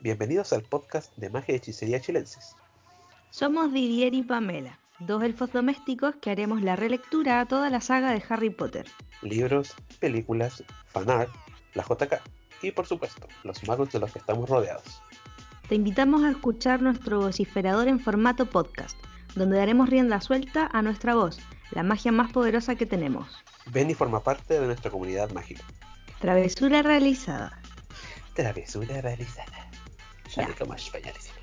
Bienvenidos al podcast de Magia y Hechicería Chilensis. Somos Didier y Pamela, dos elfos domésticos que haremos la relectura a toda la saga de Harry Potter. Libros, películas, fanart, la JK y por supuesto los magos de los que estamos rodeados. Te invitamos a escuchar nuestro vociferador en formato podcast, donde daremos rienda suelta a nuestra voz, la magia más poderosa que tenemos. Ven y forma parte de nuestra comunidad mágica. Travesura realizada. Travesura realizada. Sale como español, dice.